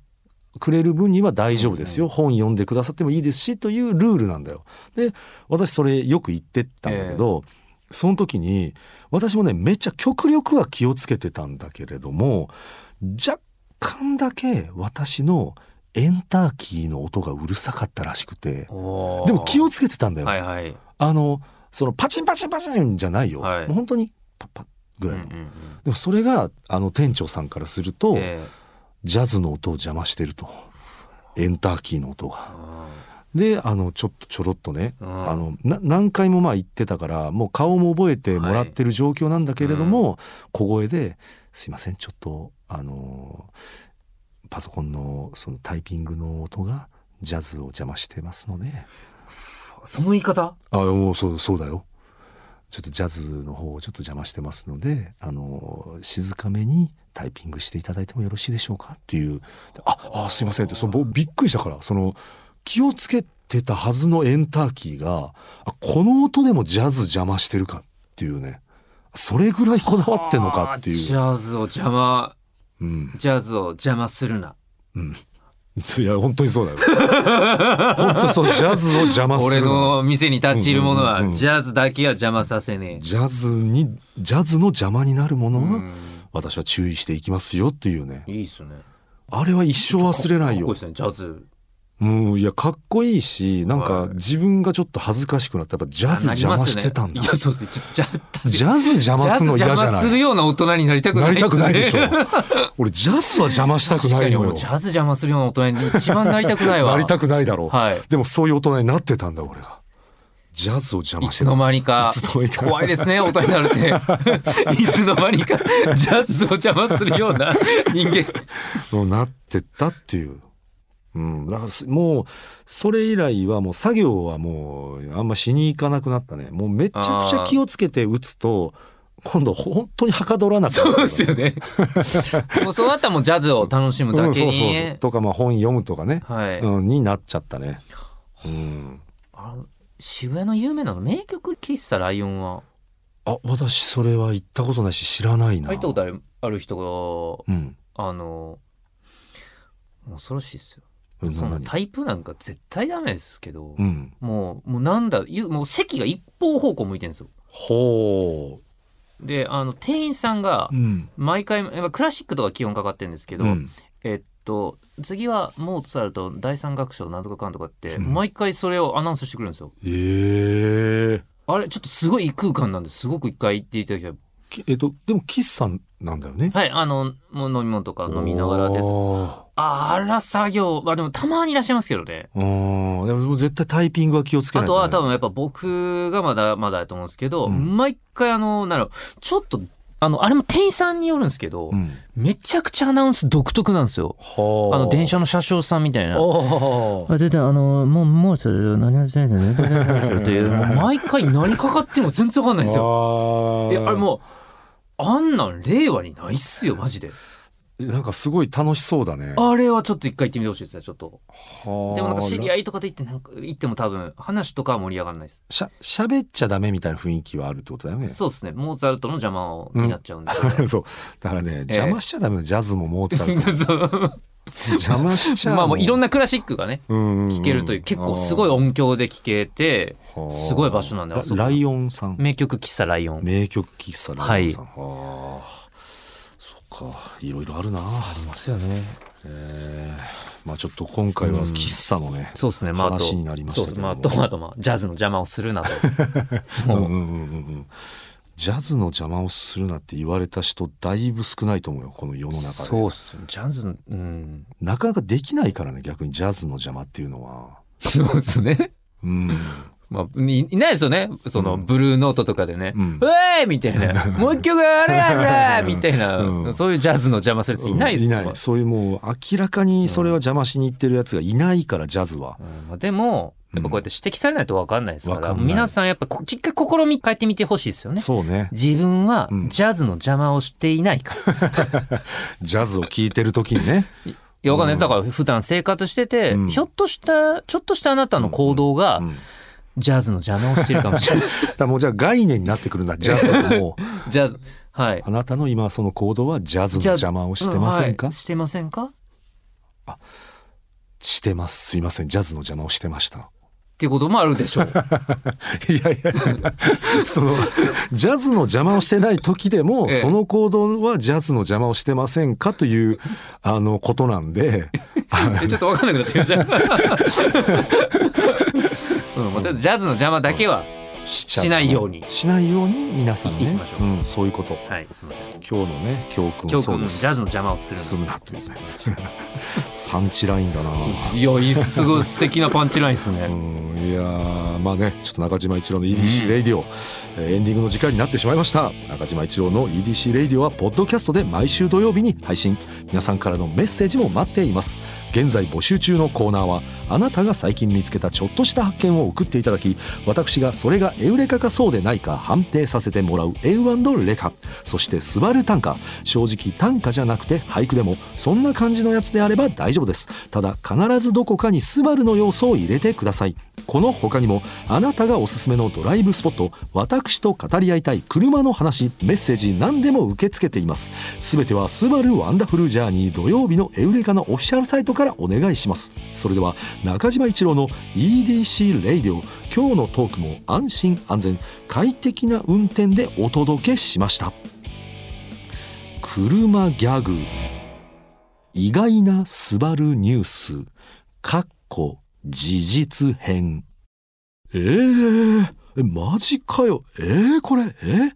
Speaker 2: くれる分には大丈夫ですよ、本読んでくださってもいいですしというルールなんだよ。で私それよく言ってったんだけど、その時に私もねめっちゃ極力は気をつけてたんだけれども若干だけ私のエンターキーの音がうるさかったらしくて
Speaker 3: おー
Speaker 2: でも気をつけてたんだよ。
Speaker 3: はいはい
Speaker 2: あのそのパチンパチンパチンじゃないよ、
Speaker 3: はい
Speaker 2: もう本当にパッパッぐ
Speaker 3: うん
Speaker 2: ら
Speaker 3: う
Speaker 2: い
Speaker 3: ん
Speaker 2: の。
Speaker 3: うん
Speaker 2: でもそれがあの店長さんからすると、
Speaker 3: ええ
Speaker 2: ジャズの音を邪魔してるとエンターキーの音が。であのちょっとちょろっとね、
Speaker 3: うん
Speaker 2: あのな何回もまあ言ってたからもう顔も覚えてもらってる状況なんだけれども、小声で「すいませんちょっとあのーパソコンのそのタイピングの音がジャズを邪魔してますので
Speaker 3: その言い方
Speaker 2: あもうそうそうだよちょっとジャズの方をちょっと邪魔してますのであの静かめにタイピングしていただいてもよろしいでしょうかっていう「ああすいません」ってその僕びっくりしたからその気をつけてたはずのエンターキーがあこの音でもジャズ邪魔してるかっていうねそれぐらいこだわってんのかって
Speaker 3: あー
Speaker 2: い
Speaker 3: ジ
Speaker 2: う。
Speaker 3: ャズを邪魔
Speaker 2: うん、
Speaker 3: ジャズを邪魔するな。
Speaker 2: いや本当にそうだよ本当そうジャズを邪魔する
Speaker 3: 俺の店に立ち入る者
Speaker 2: うんうんう
Speaker 3: は
Speaker 2: ん
Speaker 3: ジャズだけは邪魔させね
Speaker 2: ジャズにジャズの邪魔になるも
Speaker 3: え。
Speaker 2: のは、
Speaker 3: うん
Speaker 2: 私は注意していきますよっていうね
Speaker 3: いいっすね。
Speaker 2: あれは一生忘れない
Speaker 3: かっこ
Speaker 2: よ
Speaker 3: いいっすねジャズ。
Speaker 2: うんいやかっこいいしなん
Speaker 3: は
Speaker 2: か
Speaker 3: い
Speaker 2: 自分がちょっと恥ずかしくなってやっぱジャズ邪魔してたんだ、
Speaker 3: あなりますよねいやそうですね。ちょジャ
Speaker 2: ジャズ邪魔するの
Speaker 3: ジャ
Speaker 2: 嫌
Speaker 3: ズ
Speaker 2: じゃ
Speaker 3: 邪魔
Speaker 2: な
Speaker 3: する
Speaker 2: い
Speaker 3: ような大人になりたくな
Speaker 2: ない
Speaker 3: っ
Speaker 2: り
Speaker 3: すね。
Speaker 2: たくないでしょ俺ジャズは邪魔したくないの
Speaker 3: 確かにも
Speaker 2: よ
Speaker 3: うジャズ邪魔するような大人に一番なりたくないわ。
Speaker 2: なりたくないだろう、
Speaker 3: はい。
Speaker 2: でもそういう大人になってたんだ俺がジャズを邪
Speaker 3: い
Speaker 2: 魔し
Speaker 3: つ
Speaker 2: てた
Speaker 3: の間にか
Speaker 2: いつの間にか
Speaker 3: 怖いですね大人になるって いつの間にかジャズを邪魔するような 人間
Speaker 2: のなってったっていう。うん、だからすもうそれ以来はもう作業はもうあんましに行かなくなったねもうめちゃくちゃ気をつけて打つと今度本当にはかどらなくな
Speaker 3: そう
Speaker 2: る
Speaker 3: ですよ ね。もうそうなったらもうジャズを楽しむだ
Speaker 2: うん
Speaker 3: け
Speaker 2: そうそう
Speaker 3: に
Speaker 2: そう
Speaker 3: ね。
Speaker 2: とかまあ本読むとかね、
Speaker 3: はい。
Speaker 2: うん、になっちゃったね、うん、
Speaker 3: あの渋谷の有名なの名曲喫茶ライオンは。
Speaker 2: あ私それは行ったことないし知らないな
Speaker 3: 入ったことあるある人
Speaker 2: うん
Speaker 3: があのもう恐ろしいですよ。
Speaker 2: え
Speaker 3: そんな
Speaker 2: 何
Speaker 3: タイプなんか絶対ダメですけど。
Speaker 2: うん
Speaker 3: もうもうなんだゆもう席が一方方向向いてるんですよ。
Speaker 2: ほ
Speaker 3: であの店員さんが
Speaker 2: ううん
Speaker 3: 毎回、まあクラシックとか基本かかってるんですけど、
Speaker 2: うん
Speaker 3: えっと次はモーツァルト第三楽章なんとかかんとかって
Speaker 2: うん
Speaker 3: 毎回それをアナウンスしてくるんですよ。
Speaker 2: えー、
Speaker 3: あれちょっとすごい異空間なんですすごく一回行っていただきたい。
Speaker 2: きえっとでも岸さんなんだよね
Speaker 3: はいあのもう飲み物とか飲みながらです。
Speaker 2: おー
Speaker 3: あら作業まあでもたまにいらっしゃいますけどね。
Speaker 2: うんでも絶対タイピングは気をつけ
Speaker 3: あ
Speaker 2: ない
Speaker 3: と
Speaker 2: とね、
Speaker 3: は多分やっぱ僕がまだまだだと思うんですけど、
Speaker 2: うん
Speaker 3: 毎回あのなるちょっとあのあれも店員さんによるんですけど、
Speaker 2: うん、
Speaker 3: めちゃくちゃアナウンス独特なんですよ。
Speaker 2: は
Speaker 3: あの電
Speaker 2: の
Speaker 3: 車の車掌さんみたい
Speaker 2: あ
Speaker 3: な。あ全然あのもうもうそれ何もしてないですよね全然してないですよっていうもう毎回何かかっても全然わかんないんですよ。
Speaker 2: あ
Speaker 3: いやあれもうあんなん令和にないっすよマジで。
Speaker 2: うなんかすごい楽しそうだね
Speaker 3: あれはちょっと一回行ってみてほしいですねちょっと。
Speaker 2: はあ
Speaker 3: でもなんか知り合いとかと行ってなんか行っても多分話とかは盛り上がらないです。
Speaker 2: しゃ喋っちゃダメみたいな雰囲気はあるってこと だよね
Speaker 3: そうですねモーツァルトの邪魔をになっちゃうんで。
Speaker 2: うそうだからね邪魔しちゃダメよジャズもモーツァルトも
Speaker 3: そう
Speaker 2: 邪魔しちゃ
Speaker 3: まあもういろん
Speaker 2: な
Speaker 3: なクラシックがね
Speaker 2: 聞
Speaker 3: 聴けるという結構すごい音響で聴けてすごい場所なんだよあそこ
Speaker 2: ライオンさん
Speaker 3: 名曲喫茶ライオン
Speaker 2: 名曲喫茶ライオンさん、はあそっかいろいろあるな
Speaker 3: ますよね
Speaker 2: えーまあちょっと今回は喫茶のね、
Speaker 3: そうですね、まあ、あと
Speaker 2: 話になりましたけども
Speaker 3: そうですねまあ、あとまあジャズの邪魔をするなと
Speaker 2: うん、うんう
Speaker 3: もう
Speaker 2: んうんうんジャズの邪魔をするなって言われた人だいぶ少ないと思うよこの世の中で
Speaker 3: そうっすねジャズのうん
Speaker 2: なかなかできないからね逆にジャズの邪魔っていうのは
Speaker 3: そうですね
Speaker 2: うん
Speaker 3: まあいいないですよねその、
Speaker 2: うん
Speaker 3: ブルーノートとかでね「
Speaker 2: う
Speaker 3: うんえーみた いな「もう一曲あれやれ!」みたいな、
Speaker 2: うん
Speaker 3: そういうジャズの邪魔するやついないです
Speaker 2: いな
Speaker 3: よ、
Speaker 2: いそういうもう明らかにそれは邪魔しに行ってるやつがいないからジャズは
Speaker 3: うんまあ、でもやっぱこうやって指摘されないと分かんないですか
Speaker 2: わ
Speaker 3: ら、
Speaker 2: かんない
Speaker 3: 皆さんやっぱこ一回試み変えてみてほしいですよね。
Speaker 2: そうね
Speaker 3: 自分は
Speaker 2: うん
Speaker 3: ジャズの邪魔をしていないか、
Speaker 2: ジャズを聴いてる時にね
Speaker 3: いやわかんないです
Speaker 2: う
Speaker 3: だから普段生活してて、
Speaker 2: うん
Speaker 3: ひょっとしたちょっと したあなたの行動が
Speaker 2: うん
Speaker 3: ジャズの邪魔をしているかも しれない
Speaker 2: だからもうじゃあ概念になってくるんだジャズはもう
Speaker 3: ジャズはい
Speaker 2: あなたの今その行動はジャズの邪魔をしてませんか、
Speaker 3: うはいしてませんかっ
Speaker 2: してますすいませんジャズの邪魔をしてました
Speaker 3: ていうこともあるでしょう
Speaker 2: いやいやいやそのジャズの邪魔をしてない時でも、
Speaker 3: ええ
Speaker 2: その行動はジャズの邪魔をしてませんかというあのことなんで
Speaker 3: えちょっと分かんなくなってきました うんまあとりあえずジャズの邪魔だけは、
Speaker 2: しちゃダ
Speaker 3: し
Speaker 2: メ
Speaker 3: ないように
Speaker 2: しないように皆さん
Speaker 3: 生きてい
Speaker 2: ね
Speaker 3: きましょう
Speaker 2: うん、そういうこと
Speaker 3: はいすみません
Speaker 2: 今日のね教訓
Speaker 3: 今
Speaker 2: は
Speaker 3: 日
Speaker 2: そう
Speaker 3: ジ
Speaker 2: で
Speaker 3: ャ
Speaker 2: す
Speaker 3: ズの邪魔をする
Speaker 2: するなというねパンチラインだない
Speaker 3: やいいっすすごい素敵なパンチラインですね、
Speaker 2: うんいやーまあねちょっと中島一郎の EDC レイディオ、えーエンディングの時間になってしまいました中島一郎の EDC レイディオはポッドキャストで毎週土曜日に配信皆さんからのメッセージも待っています現在募集中のコーナーはあなたが最近見つけたちょっとした発見を送っていただき私がそれがエウレカかそうでないか判定させてもらうエウレカそしてスバル短歌正直短歌じゃなくて俳句でもそんな感じのやつであれば大丈夫ですただ必ずどこかにスバルの要素を入れてくださいこの他にもあなたがおすすめのドライブスポット私と語り合いたい車の話メッセージ何でも受け付けていますすべてはスバルワンダフルジャーニー土曜日のエウレカのオフィシャルサイトからお願いしますそれでは中島一郎の EDC レイディオ今日のトークも安心安全快適な運転でお届けしました車ギャグ意外なスバルニュースかっこ事実編えー、えマジかよえー、これえ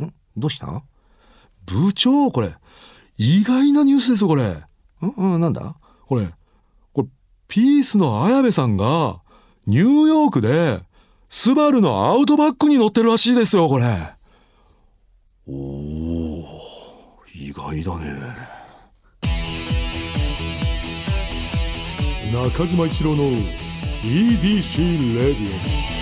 Speaker 2: ー、んどうした部長これ意外なニュースですよこれんうんなんだこれこれピースの綾部さんがニューヨークでスバルのアウトバックに乗ってるらしいですよこれおお意外だね
Speaker 1: 中島一郎の EDC レディオ